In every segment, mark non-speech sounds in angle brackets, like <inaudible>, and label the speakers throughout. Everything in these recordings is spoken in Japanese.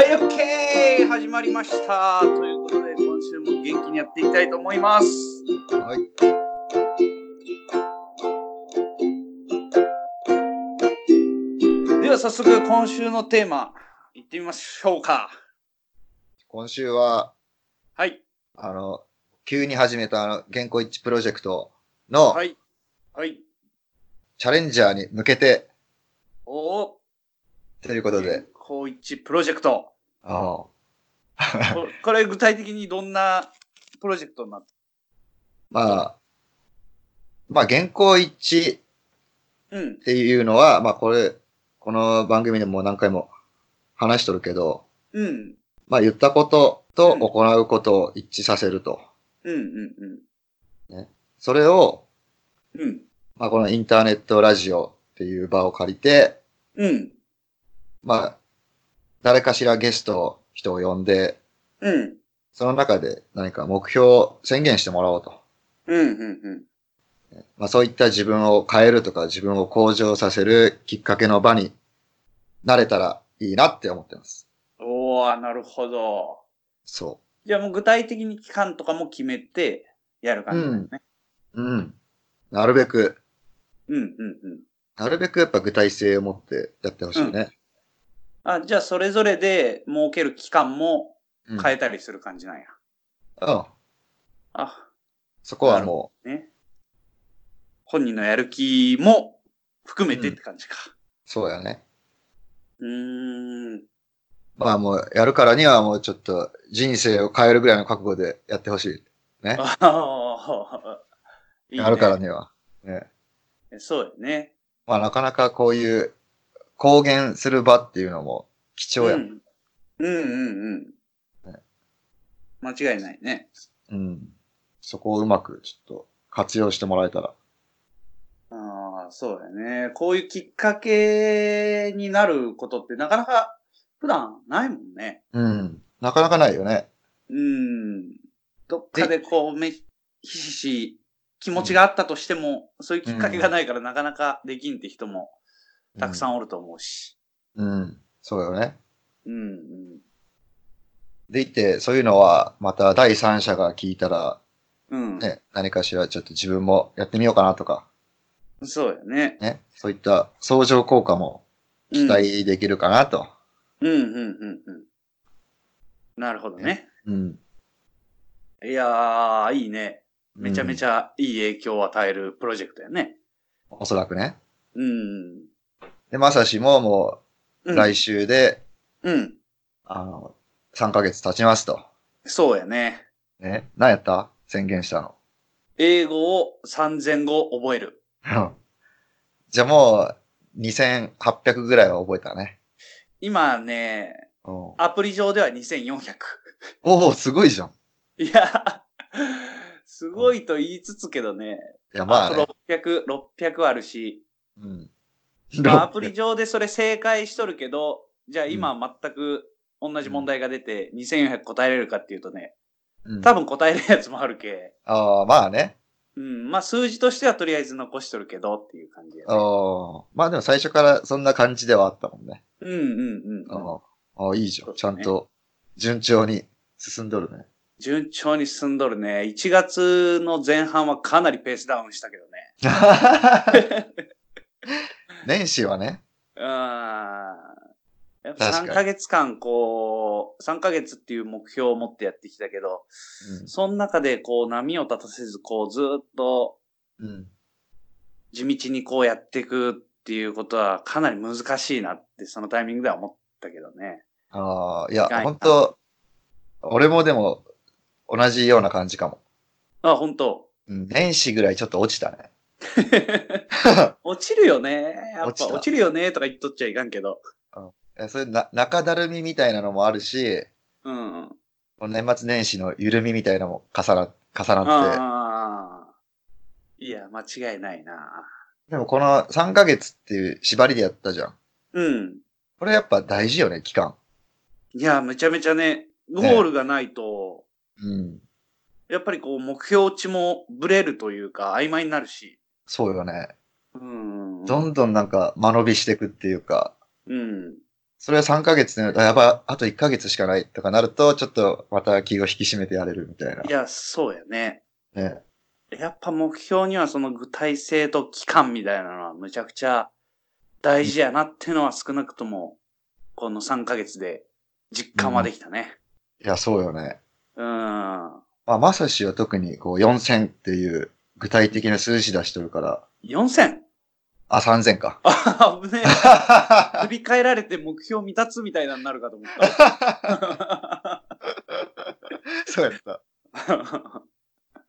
Speaker 1: OK! 始まりました。ということで、今週も元気にやっていきたいと思います。
Speaker 2: はい。
Speaker 1: では、早速、今週のテーマ、いってみましょうか。
Speaker 2: 今週は、
Speaker 1: はい。
Speaker 2: あの、急に始めたあの、原稿一致プロジェクトの
Speaker 1: はい。はい。
Speaker 2: チャレンジャーに向けて、
Speaker 1: おお。
Speaker 2: ということで、
Speaker 1: 高一プロジェク
Speaker 2: <laughs>
Speaker 1: ト。
Speaker 2: あ
Speaker 1: ここれ、具体的にどんなプロジェクトになって
Speaker 2: まあ、まあ、原稿一致っ
Speaker 1: うん。
Speaker 2: ていうのは、まあ、これ、この番組でも何回も話しとるけど、
Speaker 1: うん。
Speaker 2: まあ、言ったことと
Speaker 1: うん
Speaker 2: 行うことを一致させると。
Speaker 1: うん。うん。うん。
Speaker 2: それを、
Speaker 1: うん。
Speaker 2: まあ、このインターネットラジオっていう場を借りて、
Speaker 1: うん。
Speaker 2: まあ、誰かしらゲストを、人を呼んで、
Speaker 1: うん。
Speaker 2: その中で何か目標を宣言してもらおうと。
Speaker 1: うん。うん。うん。
Speaker 2: まあそういった自分を変えるとか自分を向上させるきっかけの場になれたらいいなって思ってます。
Speaker 1: おおなるほど。
Speaker 2: そ
Speaker 1: じゃあもう具体的に期間とかも決めてやる感じだよね。
Speaker 2: う。うん。なるべく、
Speaker 1: うん、うん、うん。
Speaker 2: なるべくやっぱ具体性を持ってやってほしいね。
Speaker 1: あ、じゃあそれぞれで設ける期間も
Speaker 2: うん。
Speaker 1: 変えたりする感じなんや。
Speaker 2: うん。
Speaker 1: あ、
Speaker 2: そこはも
Speaker 1: ね。本人のやる気も含めてって感じか。
Speaker 2: う、そうやね。
Speaker 1: うーん。
Speaker 2: まあもうやるからにはもうちょっと人生を変えるぐらいの覚悟で <laughs> やってほしい。
Speaker 1: ああ、いいね
Speaker 2: やるから。には。ね。
Speaker 1: そうよね。
Speaker 2: まあなかなかこういう公言する場っていうのも貴重や。
Speaker 1: ん。うんうんうん。間違いないね。
Speaker 2: うん。そこをうまくちょっと活用してもらえたら。
Speaker 1: ああ、そうだね。こういうきっかけになることってなかなか普段ないもんね。
Speaker 2: うん。なかなかないよね。
Speaker 1: うん。どっかでこう、め、ひしひし気持ちがあったとしても、そういうきっかけがないからなかなかできんって人もたくさ
Speaker 2: ん。
Speaker 1: んおると思うし。
Speaker 2: うん。そうよね。
Speaker 1: うん、
Speaker 2: でいて、そういうのはまた第三者が聞いたら、
Speaker 1: うん。うん。
Speaker 2: ね、何かしらちょっと自分もやってみようかなとか、
Speaker 1: そうだね。
Speaker 2: ね。そういった相乗効果も
Speaker 1: 期
Speaker 2: 期。待できるかなと。
Speaker 1: うん、うん、うん、うん。なるほどね。
Speaker 2: うん。
Speaker 1: いやー、いいね。めちゃめち
Speaker 2: ゃ。
Speaker 1: ゃいい影響を与えるプロジェクトやね。
Speaker 2: おそらくね。
Speaker 1: うん。
Speaker 2: で、まさしもも
Speaker 1: う
Speaker 2: うん来週で、
Speaker 1: うん。
Speaker 2: あの、3ヶ月経ちますと。
Speaker 1: そうやね。
Speaker 2: ね。何やった宣言したの。
Speaker 1: 英語を3000語覚える。
Speaker 2: うんじゃあもう、2800ぐらいは覚えたね。
Speaker 1: 今ね、
Speaker 2: うんお
Speaker 1: アプリ上では2400。
Speaker 2: お、すごいじゃん。
Speaker 1: いや、すごいと言いつつけどね。
Speaker 2: いや、まあ
Speaker 1: あ
Speaker 2: ね。
Speaker 1: と600、600あるし。
Speaker 2: うん。
Speaker 1: まあアプリ上でそれ正解しとるけど、じゃあ今全く同じ問題が出て2400答えれるかっていうとね、
Speaker 2: うん
Speaker 1: 多分答えれるやつもあるけ。
Speaker 2: ああ、まあね。
Speaker 1: うん、まあ数字としてはとりあえず残しとるけどっていう感じやね、
Speaker 2: おまあでも最初からそんな感じではあったもんね。
Speaker 1: うんうんうんうん。
Speaker 2: ああ、いいじゃ
Speaker 1: そ
Speaker 2: ん。
Speaker 1: う
Speaker 2: ち
Speaker 1: だ
Speaker 2: ゃ
Speaker 1: ね
Speaker 2: んと順調に進んど
Speaker 1: <laughs>
Speaker 2: るね。
Speaker 1: 順調に進んどるね。1月の前半はかなりペースダウンしたけどね。
Speaker 2: 年始はね。
Speaker 1: あーやっぱ
Speaker 2: 確
Speaker 1: 3
Speaker 2: かに
Speaker 1: ヶ月間こう、3ヶ月っていう目標を持ってやってきたけど、その中でこう波を立たせず、こうずーっと
Speaker 2: うん。うん。
Speaker 1: 地道にこうやっていくっていうことはかなり難しいなって、そのタイミングでは思ったけどね。
Speaker 2: ああ、いや
Speaker 1: 意外、な
Speaker 2: 本当俺もでも同じような感じかも。
Speaker 1: あ、本
Speaker 2: <laughs>
Speaker 1: 当
Speaker 2: うん。年始ぐらいちょっと落ちたね。
Speaker 1: 落ちるよね。やっ
Speaker 2: 落ち
Speaker 1: ぱ
Speaker 2: た
Speaker 1: 落ちるよねとか言っとっちゃいかんけど。
Speaker 2: えそういうな中だるみみたいなのもあるし、
Speaker 1: うん。あ
Speaker 2: この年末年始の緩みみたいなのも重な、重なって、
Speaker 1: あー。いや、間違いないな。
Speaker 2: でもこの3ヶ月っていう縛りでやったじゃん。
Speaker 1: うん。
Speaker 2: これやっぱ大事よね、期間。
Speaker 1: いや、めちゃめちゃね、ゴールがないと、
Speaker 2: うん。
Speaker 1: やっぱりこう、目標値もブレるというか、曖昧になるし。
Speaker 2: そうよね。
Speaker 1: うん。
Speaker 2: どんどんなんか間延びしていくっていうか、
Speaker 1: うん。
Speaker 2: それは3ヶ月で、あやばい、あと1ヶ月しかないとかなると、ちょっとまた気を引き締めてやれるみたいな。
Speaker 1: いや、そうやね。
Speaker 2: ね、
Speaker 1: やっぱ目標にはその具体性と期間みたいなのはむちゃくちゃ大事やなってのは少なくとも、この3ヶ月で実感はできたね。
Speaker 2: いや、そうよね。
Speaker 1: うん。
Speaker 2: まあ、まさしは特にこう4000っていう具体的な数字出しとるから、
Speaker 1: 4000!
Speaker 2: あ、3000か。
Speaker 1: あ、 <laughs> 危ねえ。 <laughs>
Speaker 2: <laughs>
Speaker 1: 振り返られて目標未達みたいなのになるかと思った。
Speaker 2: <laughs> そうやった。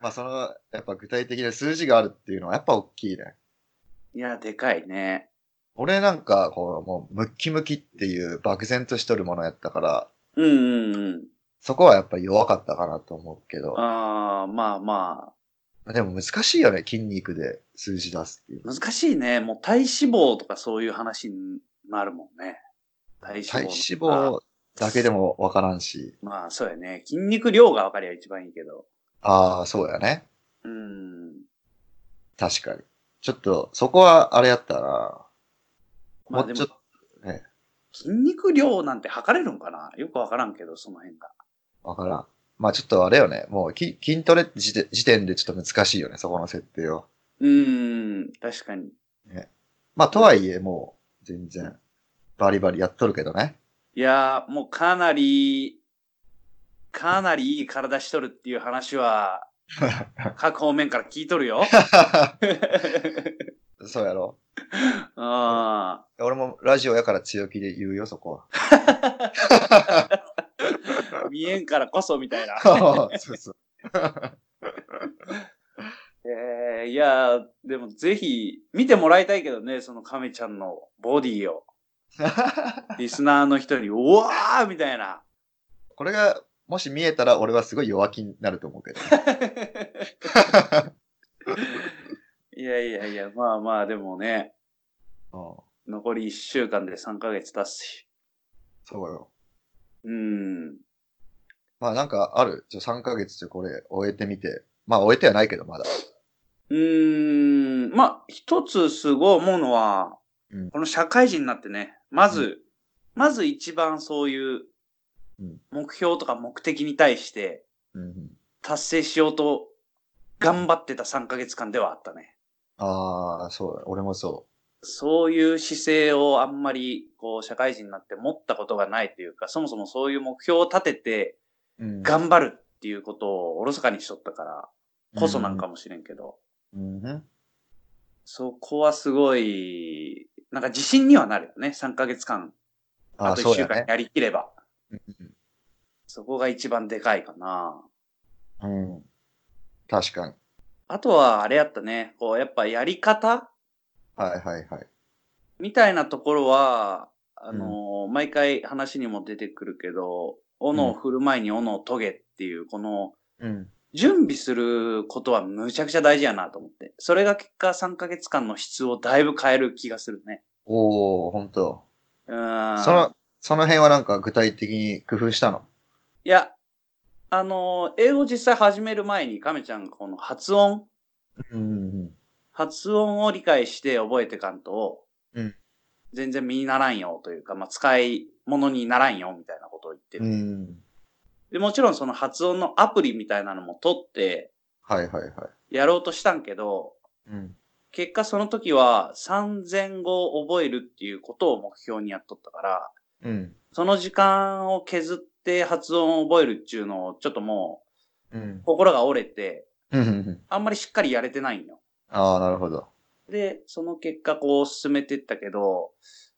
Speaker 2: まあ、その、やっぱ具体的な数字があるっていうのはやっぱ大きいね。
Speaker 1: <laughs> いや、でかいね。
Speaker 2: 俺なんか、こう、もう、ムッキムキっていう漠然としとるものやったから、
Speaker 1: うんうんうん。
Speaker 2: そこはやっぱり弱かったかなと思うけど、
Speaker 1: ああ、まあま
Speaker 2: でも難しいよね、筋肉で数字出すっていう
Speaker 1: あ、。難しいね。もう体脂肪とかそういう話になるもんね。体脂肪。
Speaker 2: 体脂肪だけでもわからんし、
Speaker 1: まあ、そうやね。筋肉量が分かりゃ一番いいけど。
Speaker 2: ああ、そうやね。
Speaker 1: うん。
Speaker 2: 確かに。ちょっと、そこはあれやったな。
Speaker 1: まあ
Speaker 2: も
Speaker 1: でも
Speaker 2: うちょっと、ね、
Speaker 1: 筋肉量なんて測れるんかなよく分からんけど、その辺が。
Speaker 2: わからん。まあちょっとあれよね、もうき筋トレって時点時点でちょっと難しいよね、そこの設定を。
Speaker 1: うん、確かに。
Speaker 2: まあとはいえ、もう、全然、バリバリやっとるけどね。 <laughs>
Speaker 1: いやー、もうかなり、かなりいい体しとるっていう話は、各方面から聞いとるよ。 <laughs>
Speaker 2: そうやろ。
Speaker 1: あ
Speaker 2: 俺もラジオやから強気で言うよ、そこ
Speaker 1: あ、見えんからこそみ
Speaker 2: <laughs>
Speaker 1: たいな。
Speaker 2: は。そうそう。
Speaker 1: えー、いやー、でもぜひ見てもらいたいけどね、その亀ちゃんのボディを。リスナーの人に、うわーみたいな。
Speaker 2: <laughs>
Speaker 1: <laughs>
Speaker 2: これが、もし見えたら俺はすごい弱気になると思うけど。 <laughs>
Speaker 1: いやいやいや、まあまあ、でもね、
Speaker 2: うん、
Speaker 1: 残り1週間で3ヶ月経つし。
Speaker 2: そうよ。
Speaker 1: うん。
Speaker 2: まあなんかある。ちょ3ヶ月でこれ終えてみて。まあ終えてはないけど、まだ。
Speaker 1: うーん、まあ、一つすごい思うのは、
Speaker 2: うん
Speaker 1: この社会人になってね、まず、まず一番そういう
Speaker 2: うん、
Speaker 1: 目標とか目的に対して、
Speaker 2: うん、
Speaker 1: 達成しようと、頑張ってた3ヶ月間ではあったね。
Speaker 2: ああ、そうだ。俺もそ
Speaker 1: そういう姿勢をあんまり、こう、社会人になって持ったことがないというか、そもそもそういう目標を立てて、
Speaker 2: う。うん、
Speaker 1: 頑張るっていうことをおろそかにしとったから、こそなんかもしれんけど、
Speaker 2: うん。うん
Speaker 1: そこはすごい、なんか自信にはなるよね。3ヶ月間、
Speaker 2: あ
Speaker 1: あ
Speaker 2: あ、
Speaker 1: と
Speaker 2: そ
Speaker 1: 1
Speaker 2: う
Speaker 1: 週
Speaker 2: だ
Speaker 1: 間
Speaker 2: ね。
Speaker 1: やりきれば。
Speaker 2: うん
Speaker 1: そこが一番でかいかな。
Speaker 2: うん。確かに。
Speaker 1: あとは、あれやったね。こう、やっぱやり方
Speaker 2: はいはいはい。
Speaker 1: みたいなところは、あのー毎回話にも出てくるけど、斧を振る前に斧を研げっていう、この、
Speaker 2: うん。
Speaker 1: 準備することはむちゃくちゃ大事やなと思って。それが結果3ヶ月間の質をだいぶ変える気がするね。
Speaker 2: おお本当。
Speaker 1: うーん。
Speaker 2: その、その辺はなんか具体的に工夫したの
Speaker 1: いや、あのー英語実際始める前に、亀ちゃんがこの発音、
Speaker 2: うん。
Speaker 1: 発音を理解して覚えてかんと、
Speaker 2: うん
Speaker 1: 全然身にならんよというか、まあ、使い物にならんよみたいなことを言って
Speaker 2: う
Speaker 1: る。
Speaker 2: ん。
Speaker 1: で、もちろんその発音のアプリみたいなのも取って、
Speaker 2: はいはいはい。
Speaker 1: やろうとしたんけど、
Speaker 2: うん。
Speaker 1: 結果その時は3000語を覚えるっていうことを目標にやっとったから、
Speaker 2: うん。
Speaker 1: その時間を削って発音を覚えるっていうのをちょっとも
Speaker 2: うん
Speaker 1: う。心が折れて、
Speaker 2: うん。
Speaker 1: あんまりしっかりやれてないんよ。
Speaker 2: ああ、なるほど。
Speaker 1: で、その結果こう進めてったけど、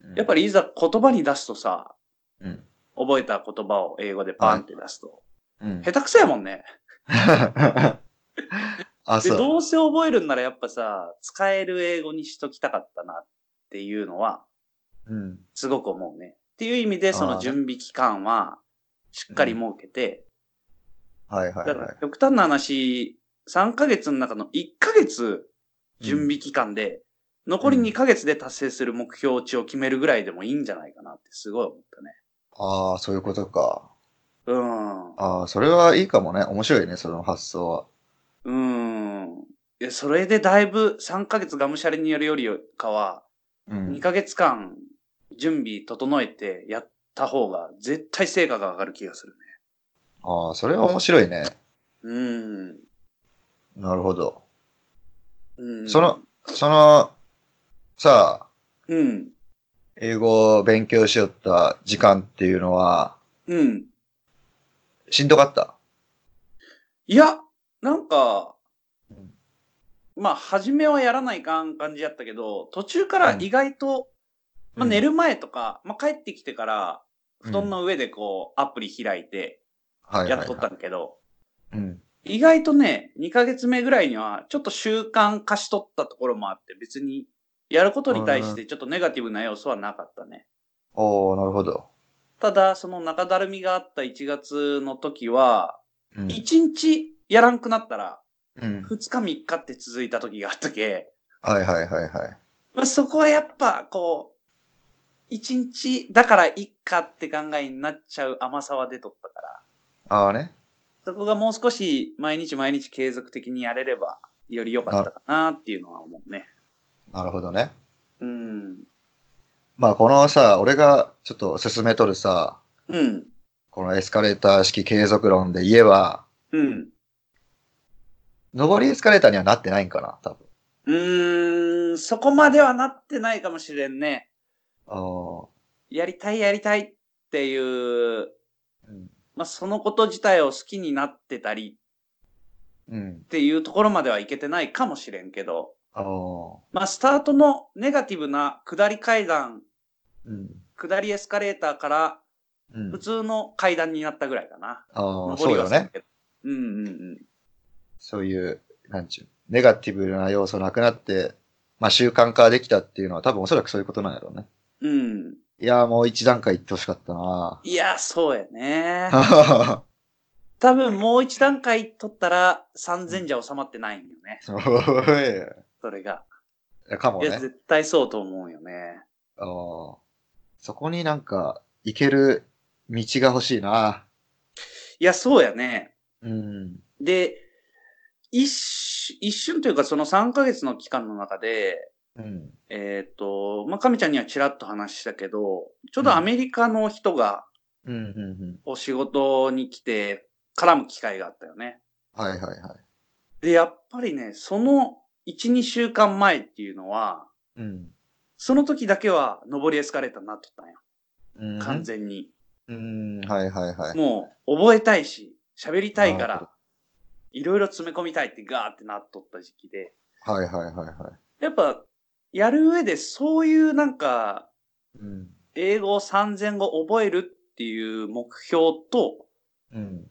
Speaker 2: うん
Speaker 1: やっぱりいざ言葉に出すとさ、
Speaker 2: うん。
Speaker 1: 覚えた言葉を英語でバンって出すと、
Speaker 2: うん。 <laughs>
Speaker 1: 下手くそやもんね。
Speaker 2: あ、
Speaker 1: で、
Speaker 2: そう。
Speaker 1: どうせ覚えるんならやっぱさ、使える英語にしときたかったなっていうのは、
Speaker 2: うん。
Speaker 1: すごく思うね。っていう意味で、その準備期間は、しっかり設けて、
Speaker 2: はいはい
Speaker 1: だか
Speaker 2: は
Speaker 1: ら
Speaker 2: い。
Speaker 1: 極端な話、3ヶ月の中の1ヶ月準備期間で、残り2ヶ月で達成する目標値を決めるぐらいでもいいんじゃないかなってすごい思ったね。
Speaker 2: ああ、そういうことか。
Speaker 1: うん。
Speaker 2: ああ、それはいいかもね。面白いね、その発想は。
Speaker 1: うん。いや、それでだいぶ3ヶ月がむしゃれにやるよりかは、
Speaker 2: うん
Speaker 1: 2。ヶ月間準備整えてやった方が絶対成果が上がる気がするね。
Speaker 2: ああ、それは面白いね。
Speaker 1: うん。
Speaker 2: なるほど。
Speaker 1: うん、
Speaker 2: その、その、さあ、
Speaker 1: うん。
Speaker 2: 英語を勉強しよった時間っていうのは、
Speaker 1: うん。
Speaker 2: しんどかった。
Speaker 1: いや、なんか
Speaker 2: うん、
Speaker 1: まあ、初めはやらないかん感じやったけど、途中から意外と、まあ、寝
Speaker 2: る
Speaker 1: る前とか、まあ、帰ってきてから、布団の上でこう、アプリ開いて、やっとったんだけど、
Speaker 2: うん。
Speaker 1: 意外とね、2ヶ月目ぐらいには、ちょっと習慣化しとったところもあって、別に、やることに対してちょっとネガティブな要素はなかったね。
Speaker 2: おー、なるほど。
Speaker 1: ただ、その中だるみがあった1月の時は、
Speaker 2: うん。
Speaker 1: 1日やらんくなったら、
Speaker 2: うん。
Speaker 1: 2日3日って続いた時があったけ、
Speaker 2: はいはいはいはい。
Speaker 1: まあ、そこはやっぱ、こう、1日だからいっかって考えになっちゃう甘さは出とったから、
Speaker 2: ああね。
Speaker 1: そこがもう少し毎日毎日継続的にやれれば、より良かったかなっていうのは思うね。
Speaker 2: なるほどね。
Speaker 1: うん。
Speaker 2: まあこのさ、俺がちょっと進めとるさ、
Speaker 1: うん。
Speaker 2: このエスカレーター式継続論で言えば、
Speaker 1: うん。
Speaker 2: 上りエスカレーターにはなってないんかな、多分。
Speaker 1: うーん、そこまではなってないかもしれんね。
Speaker 2: あ
Speaker 1: やりたいやりたいっていう、
Speaker 2: あ。うん。
Speaker 1: まあ、そのこと自体を好きになってたり
Speaker 2: うん
Speaker 1: っ。ていうところまではいけてないかもしれんけど、
Speaker 2: ああ。
Speaker 1: まあ、スタートのネガティブな下り階段、
Speaker 2: うん。
Speaker 1: 下りエスカレーターから
Speaker 2: うん
Speaker 1: 普。通の階段になったぐらいかな。
Speaker 2: ああ、
Speaker 1: 上
Speaker 2: そう
Speaker 1: り
Speaker 2: よ
Speaker 1: はする
Speaker 2: ね。
Speaker 1: けど。うんうんうん。
Speaker 2: そういう、なんちゅう、ネガティブな要素なくなって、まあ習慣化できたっていうのは多分おそらくそういうことなんやろうね。
Speaker 1: うん。
Speaker 2: いやーもう一段階行ってほしかったない
Speaker 1: や、そうやね。
Speaker 2: ぁ
Speaker 1: 多分もう一段階取ったら3000じゃ収まってないんよね。
Speaker 2: お
Speaker 1: それが。
Speaker 2: い。かも
Speaker 1: いや、
Speaker 2: ね。
Speaker 1: 絶対そうと思うよね。
Speaker 2: あーそこになんか、行ける道が欲しいない
Speaker 1: や、そうやね。
Speaker 2: うん。
Speaker 1: で、一瞬、一瞬というかその3ヶ月の期間の中で、
Speaker 2: うん。
Speaker 1: えっ、と、まあ、亀ちゃんにはちらっと話したけど、ちょうどアメリカの人が
Speaker 2: うん、うん、
Speaker 1: お仕事に来て絡む機会があったよね。
Speaker 2: うん。はいはいはい。
Speaker 1: で、やっぱりね、その1、2週間前っていうのは、
Speaker 2: うん。
Speaker 1: その時だけは上りエスカレーターになっとったんよ。
Speaker 2: うん
Speaker 1: 完。全に。
Speaker 2: うん、はいはいはい。
Speaker 1: もう、覚えたいし、喋りたいか
Speaker 2: なるほ
Speaker 1: ら、いろいろ詰め込みたいってガーってなっとった時期で、
Speaker 2: はいはいはいは
Speaker 1: やっぱ、やる上でそういうなんか、
Speaker 2: い。うん。
Speaker 1: 英語を3000語覚えるっていう目標と、
Speaker 2: うん。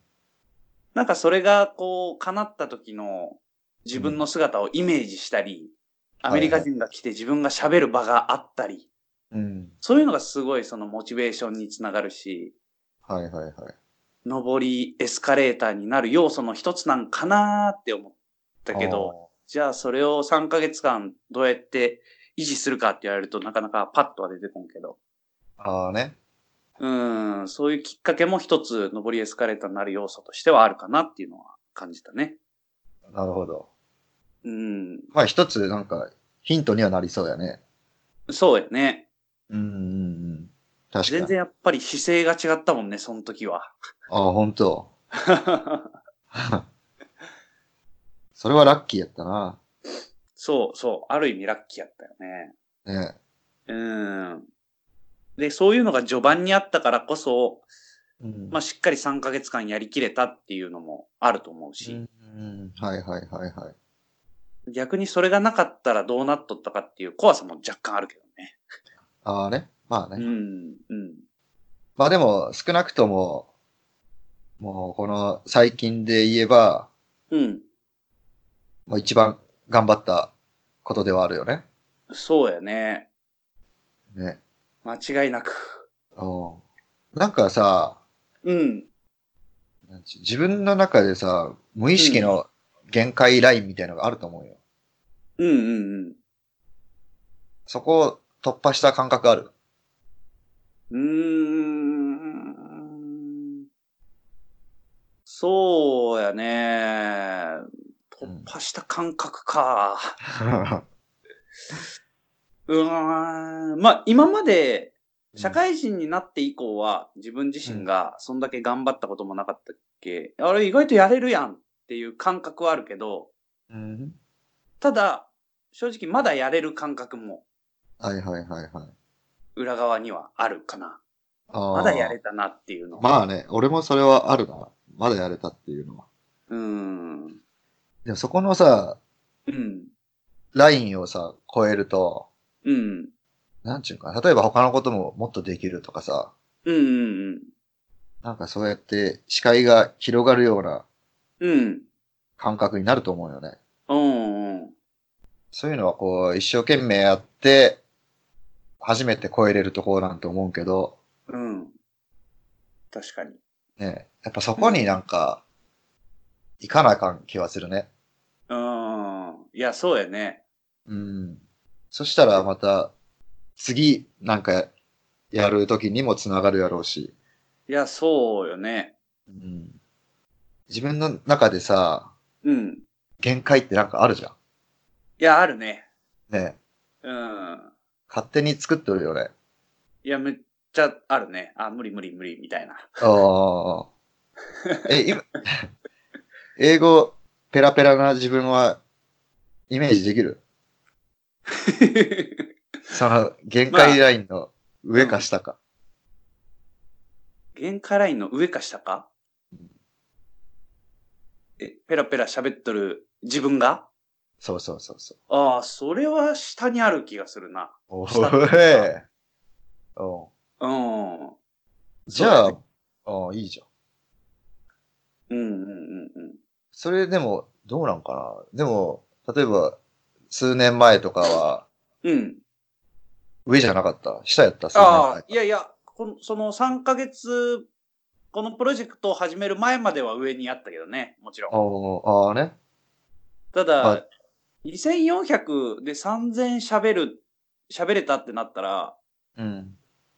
Speaker 1: なんかそれがこう、叶った時の自分の姿をイメージしたり、アメリカ人が来て自分が喋る場があったり、
Speaker 2: うん。
Speaker 1: そういうのがすごいそのモチベーションにつながるし、
Speaker 2: はいはいはい。
Speaker 1: 上りエスカレーターになる要素の一つなんかなーって思ったけど、じゃあそれを3ヶ月間どうやって維持するかって言われるとなかなかパッとは出てこんけど。
Speaker 2: あー。ああね。
Speaker 1: うん、そういうきっかけも一つ上りエスカレーターになる要素としてはあるかなっていうのは感じたね。
Speaker 2: なるほど。
Speaker 1: うん、
Speaker 2: まあ一つなんか、ヒントにはなりそうやね。
Speaker 1: そうやね。
Speaker 2: うん、うん、うん。確かに。
Speaker 1: 全然やっぱり姿勢が違ったもんね、その時は。 <laughs>
Speaker 2: ああ、本当。それはラッキーやったな。
Speaker 1: そうそう、ある意味ラッキーやったよね。
Speaker 2: ね
Speaker 1: うん。で、そういうのが序盤にあったからこそ、
Speaker 2: うん
Speaker 1: まあ、しっかり3ヶ月間やりきれたっていうのもあると思う
Speaker 2: う
Speaker 1: し、
Speaker 2: んうんはいはいはいはい。
Speaker 1: 逆にそれがなかったらどうなっとったかっていう怖さも若干あるけどね。
Speaker 2: ああね。まあ
Speaker 1: う
Speaker 2: ね。
Speaker 1: ん、うん。
Speaker 2: まあでも、少なくとも、もうこの最近で言えば、
Speaker 1: うん、
Speaker 2: もう一番頑張ったことではあるよね。
Speaker 1: そうやね。
Speaker 2: ね。
Speaker 1: 間違いなく。
Speaker 2: おなんかさ、
Speaker 1: うん、
Speaker 2: なんち自分の中でさ、無意識の限界ラインみたいなのがあると思うよ。
Speaker 1: うん、うん、
Speaker 2: そこを突破した感覚ある。
Speaker 1: うん。うーん。そうやね。突破した感覚か。うーん。まあ、今まで社会人になって以降は、自分自身がそんだけ頑張ったこともなかったっけ、あれ意外とやれるやんっていう感覚はあるけど、
Speaker 2: <laughs> うん。
Speaker 1: ただ、正直まだやれる感覚も
Speaker 2: はいはいはいはい。
Speaker 1: 裏側にはあるかな。
Speaker 2: あー
Speaker 1: まだやれたなっていうの。
Speaker 2: まあね、俺もそれはあるな。まだやれたっていうのは。
Speaker 1: うーん。
Speaker 2: でもそこのさ、
Speaker 1: うん。
Speaker 2: ラインをさ、超えると、
Speaker 1: うん。
Speaker 2: なんちゅうかな、例えば他のことももっとできるとかさ、
Speaker 1: うんうん
Speaker 2: なんかそうやって視界が広がるような
Speaker 1: うん。うん。
Speaker 2: 感覚になると思うよね。
Speaker 1: うんうん。
Speaker 2: そういうのはこう、一生懸命やって、初めて超えれるところなんて思うけど、
Speaker 1: うん。確かに。
Speaker 2: ね、やっぱそこになんか、行かなあかん気はするね。
Speaker 1: うーん。いや、そうやね。
Speaker 2: うん。そしたらまた、次なんかやるときにもつながるやろうし、
Speaker 1: いや、そうよね。
Speaker 2: うん。自分の中でさ、
Speaker 1: うん。
Speaker 2: 限界ってなんかあるじゃ
Speaker 1: いや、あるね。
Speaker 2: ん。ね。
Speaker 1: うん。
Speaker 2: 勝手に作っとるよね。
Speaker 1: いや、めっちゃあるね。あ、無理無理無理みたいな。 <laughs>
Speaker 2: ああ。え、今、 <laughs> 英語ペラペラな自分はイメージできるその限界ラインの上か下か。
Speaker 1: 限界ラインの上か下かえ、ペラペラ喋っとる自分が
Speaker 2: そうそうそうそう。
Speaker 1: ああ、それは下にある気がするな。
Speaker 2: お
Speaker 1: 下か
Speaker 2: ーえーうん
Speaker 1: うん。うん
Speaker 2: じゃあ、
Speaker 1: そうだね
Speaker 2: ああいいじゃ
Speaker 1: う
Speaker 2: ん。
Speaker 1: んうんうん。
Speaker 2: それでも、どうなんかなでも、例えば、数年前とかは、
Speaker 1: うん。
Speaker 2: 上じゃなかった。下やった、数年
Speaker 1: ああ、い
Speaker 2: 前。
Speaker 1: やいや、このその3ヶ月、このプロジェクトを始める前までは上にあったけどね、もちろん。
Speaker 2: ああ、ね。
Speaker 1: た
Speaker 2: は
Speaker 1: だ、2400で3000喋る、喋れたってなったら、
Speaker 2: うん。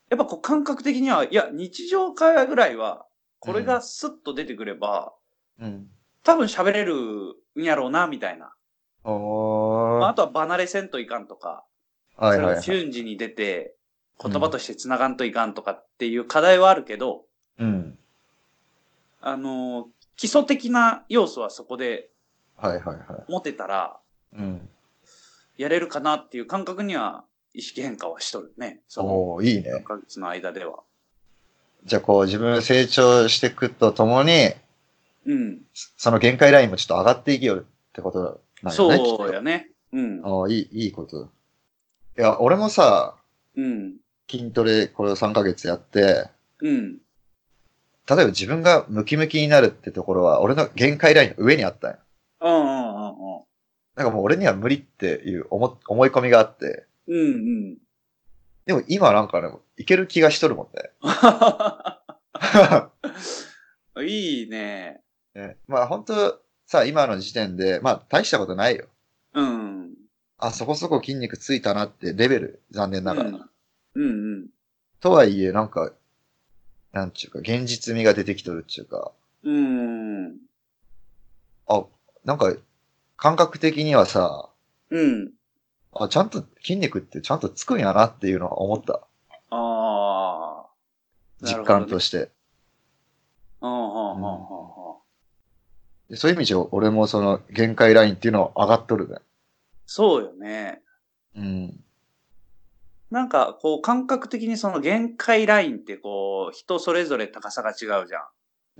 Speaker 1: やっぱこう感覚的には、いや、日常会話ぐらいは、これがスッと出てくれば、
Speaker 2: うん。
Speaker 1: 多分喋れるんやろうな、みたいな。
Speaker 2: ああ、
Speaker 1: まあ、あとは離れせんといかんとか、
Speaker 2: はいはい、は
Speaker 1: そ
Speaker 2: い。
Speaker 1: れを瞬時に出て、言葉として繋がんといかんとかっていう課題はあるけど、
Speaker 2: うん。
Speaker 1: あのー、基礎的な要素はそこで
Speaker 2: はいはいは
Speaker 1: 持てたら、
Speaker 2: い。うん。
Speaker 1: やれるかなっていう感覚には、意識変化はしとるね。その
Speaker 2: おおいい
Speaker 1: 3
Speaker 2: ね。
Speaker 1: ヶ月の間では。
Speaker 2: じゃあこう自分成長していくとともに、
Speaker 1: うん。
Speaker 2: その限界ラインもちょっと上がっていきよるってことなんよね。
Speaker 1: そう
Speaker 2: きっ
Speaker 1: やね。うん
Speaker 2: と。ああ、いい、いいこと。いや、俺もさ、
Speaker 1: うん。
Speaker 2: 筋トレこれを3ヶ月やって、
Speaker 1: うん。
Speaker 2: 例えば自分がムキムキになるってところは、俺の限界ラインの上にあったんよ。
Speaker 1: うんうんうんうん。
Speaker 2: なんかもう俺には無理っていう思思い込みがあって、
Speaker 1: うんうん。
Speaker 2: でも今なんかね、いける気がしとるもんね。
Speaker 1: いいね。
Speaker 2: ねまあ本当さ、今の時点で、まあ大したことないよ。
Speaker 1: うん。
Speaker 2: あ、そこそこ筋肉ついたなってレベル、残念ながら。
Speaker 1: うんうんうん。
Speaker 2: とはいえ、なんか、なんちゅうか、現実味が出てきとるっちゅうか、
Speaker 1: うん。
Speaker 2: あ、なんか、感覚的にはさ、
Speaker 1: うん。
Speaker 2: あ、ちゃんと筋肉ってちゃんとつくんやなっていうのは思った。
Speaker 1: ああ。
Speaker 2: 実感と
Speaker 1: して。
Speaker 2: して。
Speaker 1: うんうんうんうんうん。
Speaker 2: でそういう意味じゃ、俺もその限界ラインっていうのは上がっとるね。
Speaker 1: そうよね。
Speaker 2: うん。
Speaker 1: なんか、こう、感覚的にその限界ラインってこう、人それぞれ高さが違うじゃ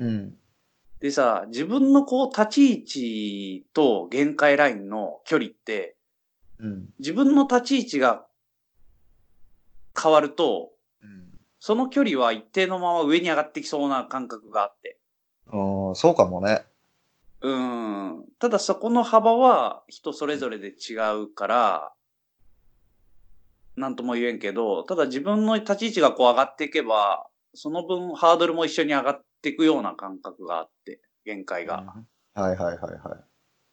Speaker 1: ん。
Speaker 2: うん。
Speaker 1: でさ、自分のこう、立ち位置と限界ラインの距離って、
Speaker 2: うん。
Speaker 1: 自分の立ち位置が変わると、
Speaker 2: うん。
Speaker 1: その距離は一定のまま上に上がってきそうな感覚があって。
Speaker 2: うん、そうかもね。
Speaker 1: うん。ただそこの幅は人それぞれで違うから、なんとも言えんけど、ただ自分の立ち位置がこう上がっていけば、その分ハードルも一緒に上がっていくような感覚があって、限界が。
Speaker 2: うんはいはいはいは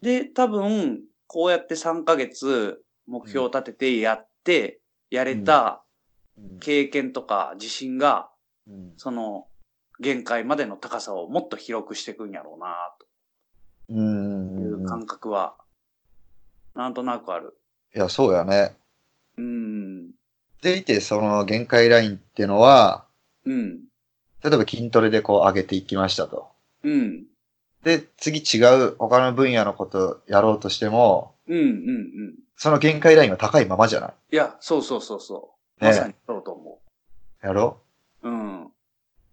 Speaker 1: で、多分、こうやって3ヶ月目標を立ててやって、やれた
Speaker 2: い。うん
Speaker 1: 経験とか自信が、
Speaker 2: うん
Speaker 1: その限界までの高さをもっと広くしていくんやろうな
Speaker 2: うん
Speaker 1: とい
Speaker 2: うん
Speaker 1: う
Speaker 2: うん。い
Speaker 1: 感覚は、なんとなくある。
Speaker 2: や、そうやね。
Speaker 1: うん。
Speaker 2: ていて、その限界ラインってのは、
Speaker 1: うん。
Speaker 2: 例えば筋トレでこう上げていきましたと。
Speaker 1: うん。
Speaker 2: で、次違う他の分野のことやろうとしても、
Speaker 1: うん。うん。うん。
Speaker 2: その限界ラインは高いままじゃない
Speaker 1: や、そうそうそうそう。
Speaker 2: ね
Speaker 1: まさにそうと思
Speaker 2: いやろ
Speaker 1: う。うん。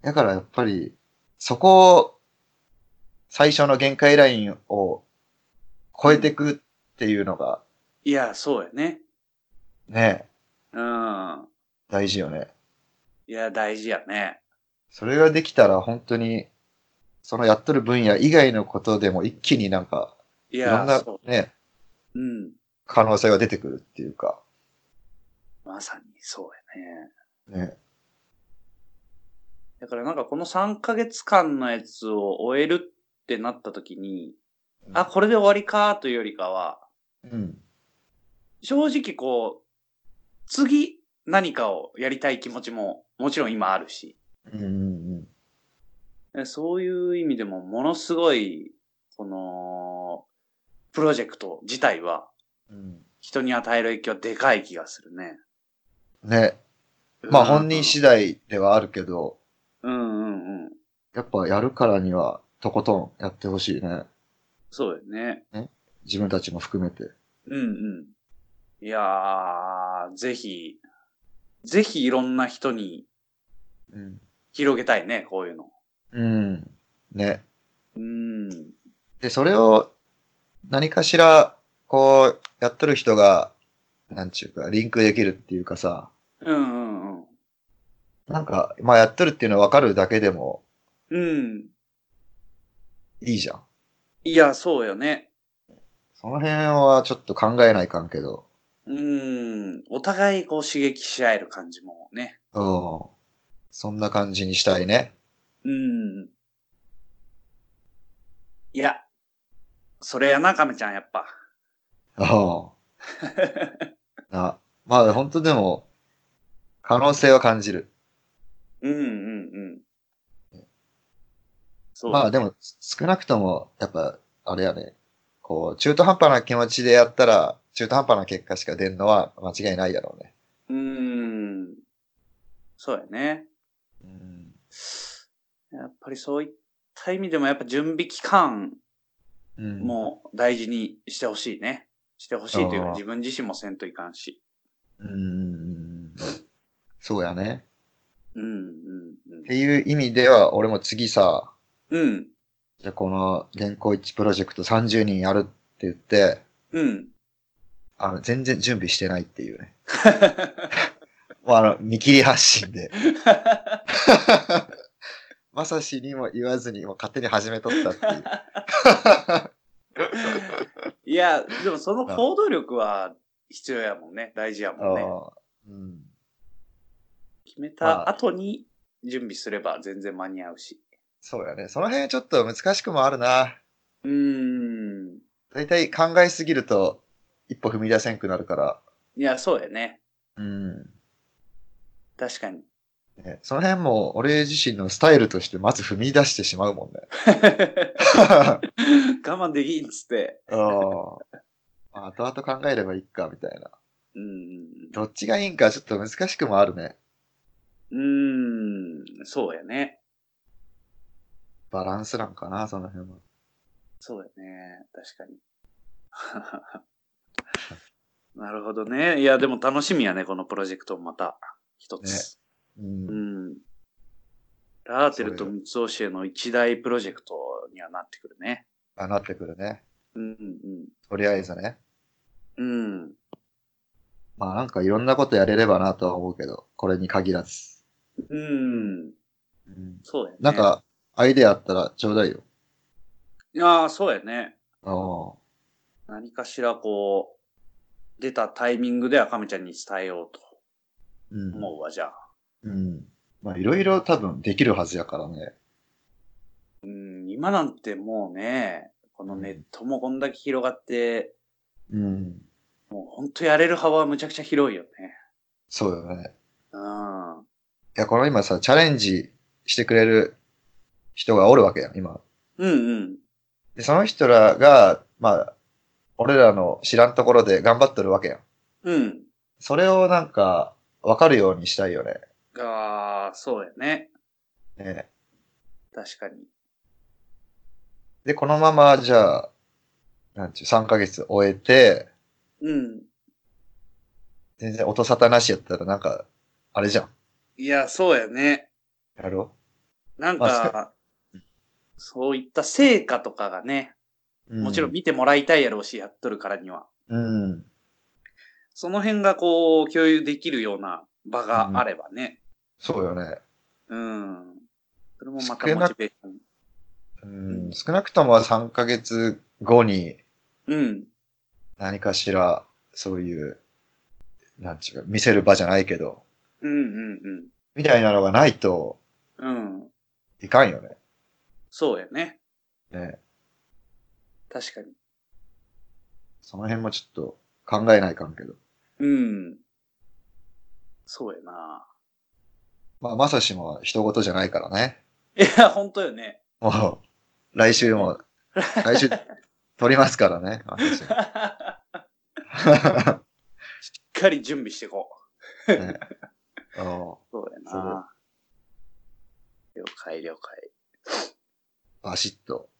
Speaker 2: だからやっぱり、そこを、最初の限界ラインを超えていくっていうのが、
Speaker 1: いや、そうやね。
Speaker 2: ね、
Speaker 1: うん。
Speaker 2: 大事よね。
Speaker 1: いや、大事やね。
Speaker 2: それができたら本当に、そのやっとる分野以外のことでも一気になんか、
Speaker 1: い
Speaker 2: いろん
Speaker 1: や、
Speaker 2: な
Speaker 1: そ
Speaker 2: ね、
Speaker 1: う。うん。
Speaker 2: 可能性が出てくるっていうか、
Speaker 1: まさにそうやね。
Speaker 2: ね、
Speaker 1: だからなんかこの3ヶ月間のやつを終えるってなった時に、あ、これで終わりかというよりかは、
Speaker 2: うん、
Speaker 1: 正直こう、次何かをやりたい気持ちももちろん今あるし、
Speaker 2: うん、うん、
Speaker 1: えそういう意味でもものすごい、この、プロジェクト自体は
Speaker 2: うん。
Speaker 1: 人に与える影響はでかい気がするね。
Speaker 2: ね、まあ
Speaker 1: うん
Speaker 2: 本人次第ではあるけど、
Speaker 1: うんうんうん。
Speaker 2: やっぱやるからには、とことんやってほしいね。
Speaker 1: そうだよね。
Speaker 2: 自分たちも含めて。
Speaker 1: うんうん。いやー、ぜひ、ぜひいろんな人に
Speaker 2: うん。
Speaker 1: 広げたいね、こういうの。
Speaker 2: うん。ね。
Speaker 1: うん。
Speaker 2: で、それを何かしら、こう、やっとる人が、なんちゅうか、リンクできるっていうかさ、
Speaker 1: うんうんうん。
Speaker 2: なんか、まあやっとるっていうの分かるだけでも
Speaker 1: うん。
Speaker 2: いいじゃん。
Speaker 1: いや、そうよね。
Speaker 2: その辺はちょっと考えないかんけど。
Speaker 1: うん。お互いこう刺激し合える感じもね。
Speaker 2: うん。そんな感じにしたいね。
Speaker 1: うん。いや、それやな、亀ちゃん、やっぱ。
Speaker 2: うん。なまあ本当でも、可能性は感じる。
Speaker 1: うんうんうん。そう。
Speaker 2: まあでも、少なくとも、やっぱ、あれやね、こう、中途半端な気持ちでやったら、中途半端な結果しか出るのは間違いないやろうね。
Speaker 1: うん。そうやね。
Speaker 2: うん。
Speaker 1: やっぱりそういった意味でも、やっぱ準備期間
Speaker 2: うん、
Speaker 1: も大事にしてほしいね。してほしいという
Speaker 2: あ
Speaker 1: か、
Speaker 2: ー
Speaker 1: 自分自身もせんといかんし。
Speaker 2: うんうんうん。そうやね。
Speaker 1: うん、うん、
Speaker 2: っていう意味では、俺も次さ、
Speaker 1: うん。うん、
Speaker 2: じゃあこの原稿一プロジェクト30人やるって言って、
Speaker 1: うん。 <laughs>
Speaker 2: あの、全然準備してないっていうね。もうあの、見切り発信で。まさしにも言わずに、もう勝手に始めとったっていう。
Speaker 1: いや、でもその行動力は必要やもんね。大事やもん <laughs> ね。
Speaker 2: ああうん。
Speaker 1: 決めた後に準備すれば全然間に合うし。
Speaker 2: そうやね。その辺ちょっと難しくもあるな。
Speaker 1: うーん。
Speaker 2: だいたい考えすぎると一歩踏み出せんくなるから。
Speaker 1: いや、そうやね。
Speaker 2: うん。
Speaker 1: 確かに。 <laughs>
Speaker 2: ねその辺も俺自身のスタイルとしてまず踏み出してしまうもんね。 <laughs> あ
Speaker 1: 我慢できんっつって。
Speaker 2: あ後々考えればいいか、みたいな。
Speaker 1: うん
Speaker 2: どっちがいいんかちょっと難しくもあるね。
Speaker 1: うんうん。うーん、そうやね。
Speaker 2: バランスなんかな、その辺は。
Speaker 1: そうやね。確かに。 <laughs> なるほどね。いや、でも楽しみやね、このプロジェクトもまた。一つ。
Speaker 2: う。
Speaker 1: うんん。ラーテルと三ツシへの一大プロジェクトにはなってくるね。
Speaker 2: あ、なってくるね。
Speaker 1: うん
Speaker 2: とりあえずね。
Speaker 1: うん。うん。
Speaker 2: まあなんかいろんなことやれればなとは思うけど、これに限らず。
Speaker 1: うん。
Speaker 2: うん、
Speaker 1: そうやね。
Speaker 2: なんか、アイデアあったらちょうだいよ。
Speaker 1: いやー、そうやね。
Speaker 2: ああ。
Speaker 1: 何かしらこう、出たタイミングでは亀ちゃんに伝えようと
Speaker 2: うん。
Speaker 1: 思うわ、じゃあ。
Speaker 2: うん。まあ、いろいろ多分できるはずやからね。
Speaker 1: うん、今なんてもうね、このネットもこんだけ広がって、
Speaker 2: うん。
Speaker 1: もうほんとやれる幅はむちゃくちゃ広いよね。
Speaker 2: そうよね。
Speaker 1: うん。
Speaker 2: いや、この今さ、チャレンジしてくれる人がおるわけやん、今。
Speaker 1: うんうん。
Speaker 2: で、その人らが、まあ、俺らの知らんところで頑張ってるわけやん。
Speaker 1: うん。
Speaker 2: それをなんか、わかるようにしたいよね。
Speaker 1: ああ、そうやね。
Speaker 2: ね
Speaker 1: 確かに。
Speaker 2: で、このまま、じゃあ、なんちゅう、3ヶ月終えて、
Speaker 1: うん。
Speaker 2: 全然音沙汰なしやったら、なんか、あれじゃん。
Speaker 1: いや、そうやね。
Speaker 2: やろ
Speaker 1: なん
Speaker 2: まあ
Speaker 1: か、そういった成果とかがね、
Speaker 2: う
Speaker 1: もちろん。見てもらいたいやろうし、やっとるからには。
Speaker 2: うん。
Speaker 1: その辺がこう、共有できるような場があればね。
Speaker 2: そうよね。
Speaker 1: うん。それもま
Speaker 2: 少
Speaker 1: た
Speaker 2: なく
Speaker 1: モチベーション。
Speaker 2: うん。少なくとも3ヶ月後に、
Speaker 1: うん。
Speaker 2: 何かしら、そういう、なんちゅうか、見せる場じゃないけど、
Speaker 1: うんうん
Speaker 2: みたいなのがないと
Speaker 1: うん。うん。
Speaker 2: いかんよね。
Speaker 1: そうやね。
Speaker 2: ね。
Speaker 1: 確かに。
Speaker 2: その辺もちょっと考えないかんけど。
Speaker 1: うん。そうやな。
Speaker 2: まあ、まさしも人事じゃないからね。
Speaker 1: いや、本当よね。 <laughs>
Speaker 2: もう、来週も、来週、撮りますからね。私
Speaker 1: しっかり準備していこ
Speaker 2: ね
Speaker 1: <laughs>
Speaker 2: うん
Speaker 1: う。そうやな。了解了解。
Speaker 2: バシッと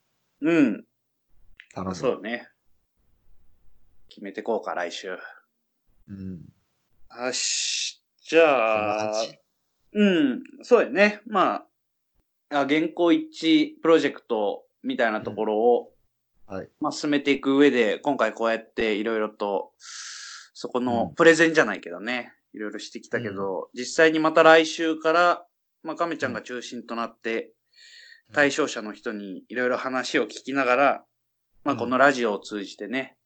Speaker 1: うん。
Speaker 2: 頼む。
Speaker 1: そうね。決めてこうか、来週。
Speaker 2: うん。
Speaker 1: よし。じゃあ
Speaker 2: そんな感、じ
Speaker 1: うん、そうやね。まあ、あ原稿一致プロジェクトみたいなところを、
Speaker 2: うんはい
Speaker 1: まあ、進めていく上で、今回こうやっていろいろと、そこ
Speaker 2: う
Speaker 1: の
Speaker 2: ん
Speaker 1: プレゼンじゃないけどね、いろいろしてきたけど、実際にまた来週から、まあ、亀ちゃんが中心となって、
Speaker 2: うん
Speaker 1: 対象者の人にいろいろ話を聞きながら、まあ、
Speaker 2: うん
Speaker 1: このラジオを通じてね、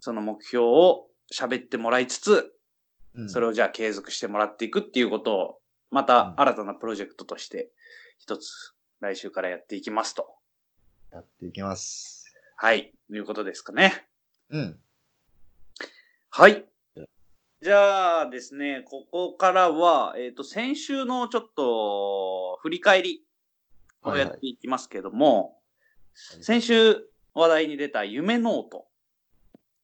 Speaker 1: その目標を喋ってもらいつつ、
Speaker 2: うん
Speaker 1: それをじゃあ継続してもらっていくっていうことを、また新たなプロジェクトとして、一つ来週からやっていきますと。
Speaker 2: やっていきます。
Speaker 1: はい。いうことですかね。
Speaker 2: うん。
Speaker 1: はい。じゃあですね、ここからは、えっ、と、先週のちょっと、振り返りをやっていきますけども、
Speaker 2: はい
Speaker 1: 先週話題に出た夢ノート。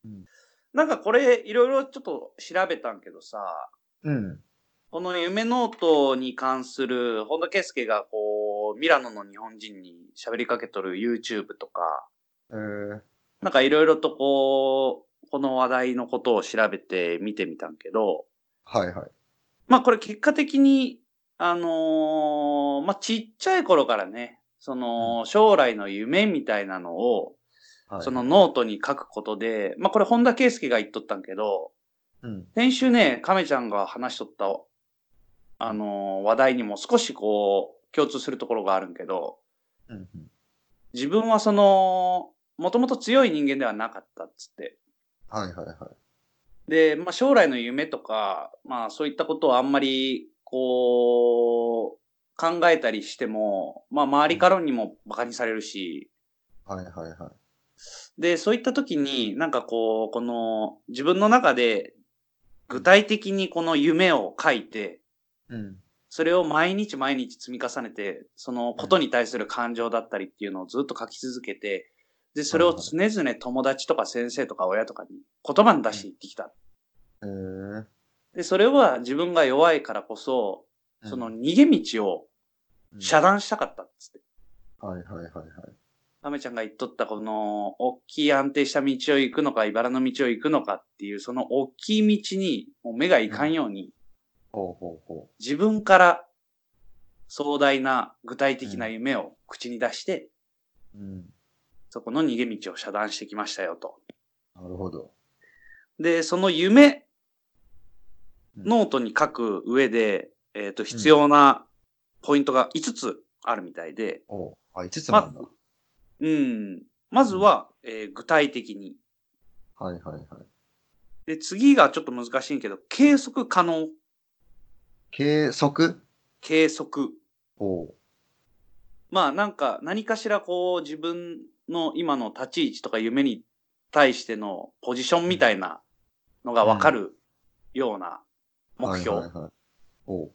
Speaker 2: うん
Speaker 1: なんかこれ、いろいろちょっと調べたんけどさ、
Speaker 2: うん。
Speaker 1: この夢ノートに関する、本田圭佑がこう、ミラノの日本人に喋りかけとる YouTube とか、
Speaker 2: えー、
Speaker 1: なんかいろいろとこう、この話題のことを調べて見てみたんけど、
Speaker 2: はいはい。
Speaker 1: まあこれ結果的に、あのーまあちっちゃい頃からね、その将来の夢みたいなのを、
Speaker 2: はい、
Speaker 1: その、ノートに書くことで、まあこれ本田圭佑が言っとったんけど、
Speaker 2: うん。
Speaker 1: 先週ね、亀ちゃんが話しとった、あのー話題にも少しこう、共通するところがあるんけど、
Speaker 2: うん。うん
Speaker 1: 自分はその、もともと強い人間ではなかったっつって。
Speaker 2: はいはいはい。
Speaker 1: で、まあ、将来の夢とか、まあ、そういったことをあんまり、こう、考えたりしても、まあ、周りからにも馬鹿にされるし、
Speaker 2: はいはいはい。
Speaker 1: で、そういった時に、なんかこう、この、自分の中で、具体的にこの夢を書いて、
Speaker 2: うん。
Speaker 1: それを毎日毎日積み重ねて、そのことに対する感情だったりっていうのをずっと書き続けて、で、それを常々友達とか先生とか親とかに言葉に出していってきた。
Speaker 2: えー、
Speaker 1: で、それは自分が弱いからこそ、その、逃げ道を遮断したかったっつって。
Speaker 2: はいはいはいはい。
Speaker 1: アメちゃんが言っとったこの、大きい安定した道を行くのか、茨の道を行くのかっていう、その大きい道にもう目がいかんように、
Speaker 2: ほうほうほ
Speaker 1: 自分から壮大な具体的な夢を口に出して、
Speaker 2: う。うん。
Speaker 1: そこの逃げ道を遮断してきましたよと。
Speaker 2: なるほど。
Speaker 1: で、その夢、
Speaker 2: うん
Speaker 1: ノートに書く上で、えっ、と、必要なポイントが5つあるみたいで、
Speaker 2: おうあ、5つもあるんだ。
Speaker 1: うん。まずは、えー具体的に。
Speaker 2: はいはいはい。
Speaker 1: で、次がちょっと難しいけど、計測可能、
Speaker 2: 計測
Speaker 1: 計測。
Speaker 2: おう
Speaker 1: まあ、なんか、何かしらこう、自分の今の立ち位置とか夢に対してのポジションみたいなのがわかるような目標。
Speaker 2: はいはいはい。おう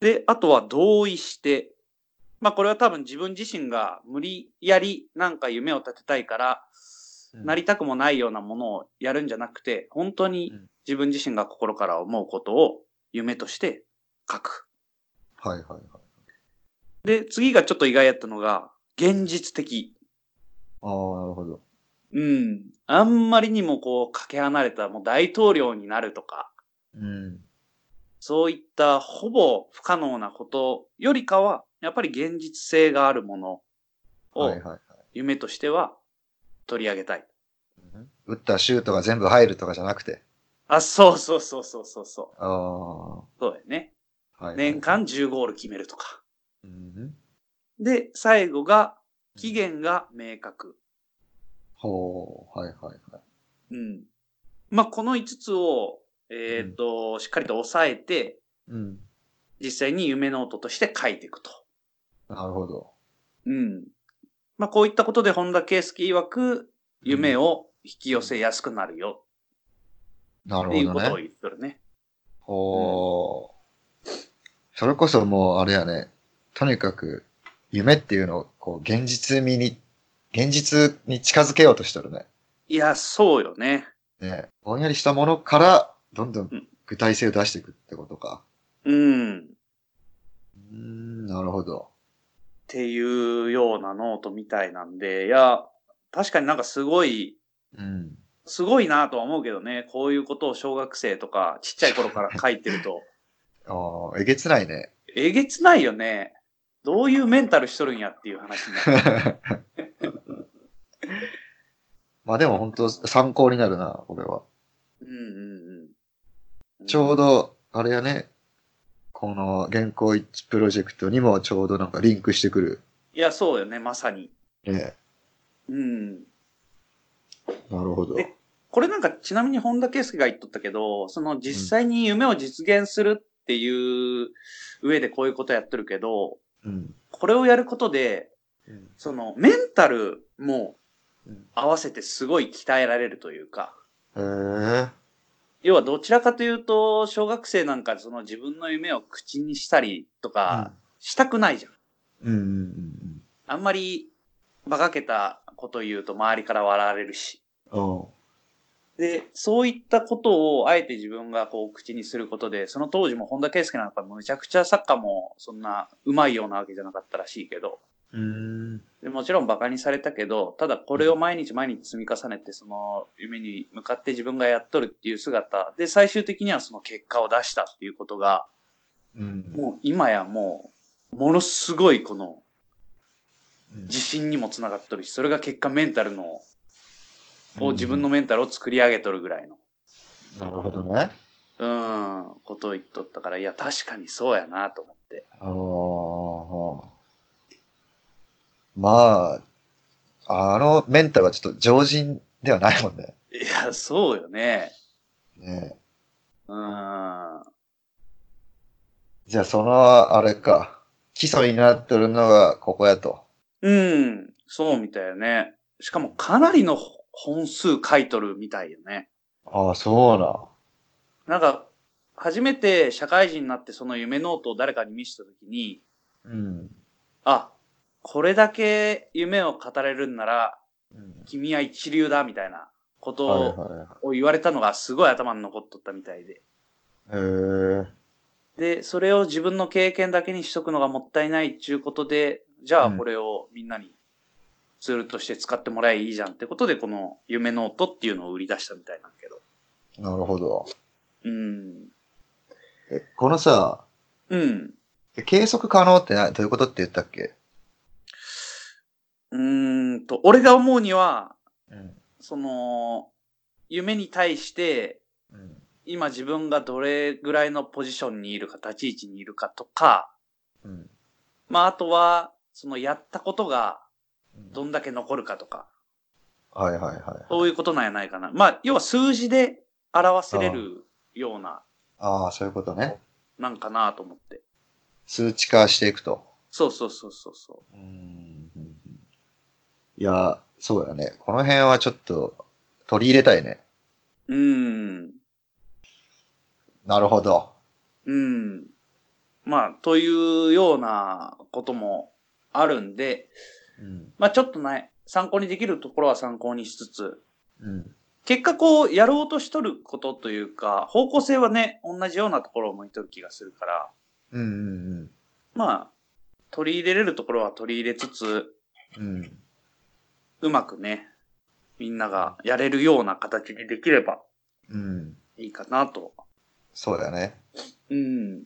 Speaker 1: で、あとは同意して、まあこれは多分自分自身が無理やりなんか夢を立てたいから、
Speaker 2: うん
Speaker 1: なりたくもないようなものをやるんじゃなくて、本当に
Speaker 2: うん
Speaker 1: 自分自身が心から思うことを夢として書く。
Speaker 2: はいはいはい。
Speaker 1: で、次がちょっと意外やったのが、現実的。
Speaker 2: ああ、なるほど。
Speaker 1: うん。あんまりにもこう、かけ離れた、もう大統領になるとか、
Speaker 2: うん。
Speaker 1: そういったほぼ不可能なことよりかは、やっぱり現実性があるもの
Speaker 2: は
Speaker 1: を
Speaker 2: いはいはい。
Speaker 1: 夢としては取り上げたい。
Speaker 2: うん打ったシュートが全部入るとかじゃなくて。
Speaker 1: あ、そうそうそうそうそうそう。
Speaker 2: ああ、は
Speaker 1: そうだよね。
Speaker 2: い、はい。
Speaker 1: 年間10ゴール決めるとか。
Speaker 2: うん。
Speaker 1: で、最後が、期限が明確。
Speaker 2: ほう、はいはいはい。
Speaker 1: うん。まあ、この5つを、えっ、と、しっかりと押さえて、
Speaker 2: うん。
Speaker 1: 実際に夢ノートとして書いていくと。
Speaker 2: なるほど。
Speaker 1: うん。まあ、こういったことで本田圭佑曰く、夢を引き寄せやすくなるよ
Speaker 2: なる
Speaker 1: っていう
Speaker 2: ほ
Speaker 1: こ
Speaker 2: ど
Speaker 1: とを
Speaker 2: ね。
Speaker 1: 言ってるね。
Speaker 2: ほう。それこそもうあれやね。とにかく、夢っていうのを、こう、現実味に、現実に近づけようとしてるね。
Speaker 1: いや、そうよね。
Speaker 2: ねぼんやりしたものから、どんど
Speaker 1: うん
Speaker 2: ん具体性を出していくってことか。
Speaker 1: うん。っ
Speaker 2: うーん、なるほど。
Speaker 1: ていうようなノートみたいなんで、いや、確かになんかすごい、
Speaker 2: うん。
Speaker 1: すごいなとは思うけどね、こういうことを小学生とかちっちゃい頃から書いてると、 <laughs>
Speaker 2: ああ、えげつないね。
Speaker 1: えげつないよね。どういうメンタルしとるんやっていう話にな
Speaker 2: <laughs>
Speaker 1: る。
Speaker 2: まあでも本当参考になるな、これは。
Speaker 1: うんうんうん。
Speaker 2: ちょ
Speaker 1: ど。
Speaker 2: うど、あれやね、この原稿一致プロジェクトにもちょうどなんかリンクしてくる。
Speaker 1: いや、そうよね、まさに。
Speaker 2: ね
Speaker 1: うん。
Speaker 2: なるほど。
Speaker 1: えこれなんかちなみに本田圭佑が言っとったけど、その実際に夢を実現するっていう上でこういうことやってるけど、
Speaker 2: うん。
Speaker 1: これをやることで、
Speaker 2: うん
Speaker 1: そのメンタルも
Speaker 2: うん
Speaker 1: 合わせてすごい鍛えられるというか、
Speaker 2: へえ。
Speaker 1: 要はどちらかというと、小学生なんかその自分の夢を口にしたりとかしたくないじゃん。
Speaker 2: うんうんうんうん。
Speaker 1: あんまり馬鹿げたこと言うと周りから笑われるし。
Speaker 2: お
Speaker 1: で、そういったことをあえて自分がこう口にすることで、その当時も本田圭佑なんかむちゃくちゃサッカーもそんな上手いようなわけじゃなかったらしいけど、
Speaker 2: ううん。
Speaker 1: でもちろん馬鹿にされたけど、ただこれを毎日毎日積み重ねて、その夢に向かって自分がやっとるっていう姿で、最終的にはその結果を出したっていうことが、
Speaker 2: うん。
Speaker 1: もう今やもう、ものすごいこの
Speaker 2: うん
Speaker 1: 自信にもつながっとるし、それが結果メンタルの、を自分の。メンタルを作り上げとるぐらいの。
Speaker 2: なるほどね。
Speaker 1: うん、ことを言っとったから、いや、確かにそうやなと思って。
Speaker 2: ああ。まあ、あのメンタルはちょっと常人ではないもんね。
Speaker 1: いや、そうよね。
Speaker 2: ね
Speaker 1: うん。
Speaker 2: じゃあ、その、あれか。基礎になってるのが、ここやと。
Speaker 1: うん、そうみたいよね。しかもかなりの本数書いとるみたいよね。
Speaker 2: ああ、そう
Speaker 1: な
Speaker 2: な。
Speaker 1: んか、初めて社会人になってその夢ノートを誰かに見せたときに、
Speaker 2: うん。
Speaker 1: あ、これだけ夢を語れるんなら、
Speaker 2: うん
Speaker 1: 君は一流だ、みたいなこ
Speaker 2: はいはい
Speaker 1: と
Speaker 2: は
Speaker 1: を言われたのがすごい頭に残っとったみたいで。
Speaker 2: い。へえ。
Speaker 1: で、それを自分の経験だけにしとくのがもったいないっていうことで、じゃあ
Speaker 2: うん
Speaker 1: これをみんなにツールとして使ってもらえばいいじゃんってことで、この夢ノートっていうのを売り出したみたいなんだけど。
Speaker 2: なるほど。
Speaker 1: うん。
Speaker 2: え、このさ、
Speaker 1: うん。
Speaker 2: え計測可能ってなどういうことって言ったっけ
Speaker 1: うーんと、俺が思うには、
Speaker 2: うん。
Speaker 1: その、夢に対して、
Speaker 2: うん。
Speaker 1: 今自分がどれぐらいのポジションにいるか、立ち位置にいるかとか、
Speaker 2: うん。
Speaker 1: まああとは、そのやったことがどんだけ残るかとか、
Speaker 2: はいはいはい。
Speaker 1: そういうことなんやないかな。まあ、要は数字で表せれるような、
Speaker 2: ああ、そういうことね。
Speaker 1: なんかなと思って。
Speaker 2: 数値化していくと。
Speaker 1: そうそうそうそうそ
Speaker 2: うん。いや、そうやね。この辺はちょっと取り入れたいね。
Speaker 1: う。うーん。
Speaker 2: なるほど。
Speaker 1: うん。まあ、というようなこともあるんで、
Speaker 2: うん。
Speaker 1: まあちょっとね、参考にできるところは参考にしつつ、
Speaker 2: うん。
Speaker 1: 結果こう、やろうとしとることというか、方向性はね、同じようなところを向いとる気がするから、
Speaker 2: うんうん
Speaker 1: まあ、取り入れれるところは取り入れつつ、
Speaker 2: うん。うん。
Speaker 1: うまくね、みんながやれるような形にできれば
Speaker 2: うん。
Speaker 1: いいかなと。
Speaker 2: そうだよね。
Speaker 1: うん。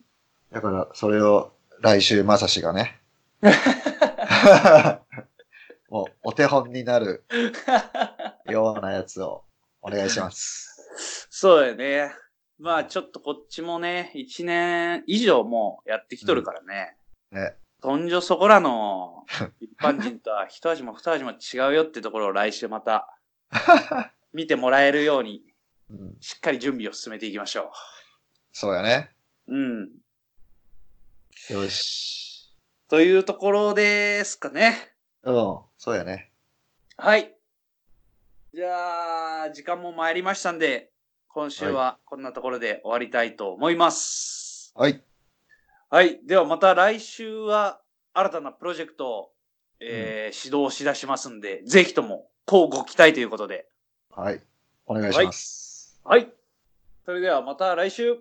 Speaker 2: だから、それを来週、まさしが <laughs> ね。もう、お手本になるようなやつをお願いします。
Speaker 1: そうやね。まあちょっとこっちもね、一年以上もうやってきとるからね。
Speaker 2: ね。
Speaker 1: とんじょそこらの一般人とは一味も二味も違うよってところを来週また見てもらえるように
Speaker 2: うん、
Speaker 1: しっかり準備を進めていきましょ
Speaker 2: そうやね。
Speaker 1: う。うん。
Speaker 2: よし。
Speaker 1: というところですかね。
Speaker 2: うん、そうやね。
Speaker 1: はい。じゃあ、時間も参りましたんで、今週はこんなところで終わりたいと思います。
Speaker 2: はい。
Speaker 1: はい。ではまた来週は新たなプロジェクトを、えー指導しだしますんで、ぜひとも、こうご期待ということで。
Speaker 2: はい。お願いします。
Speaker 1: はい。それではまた来週。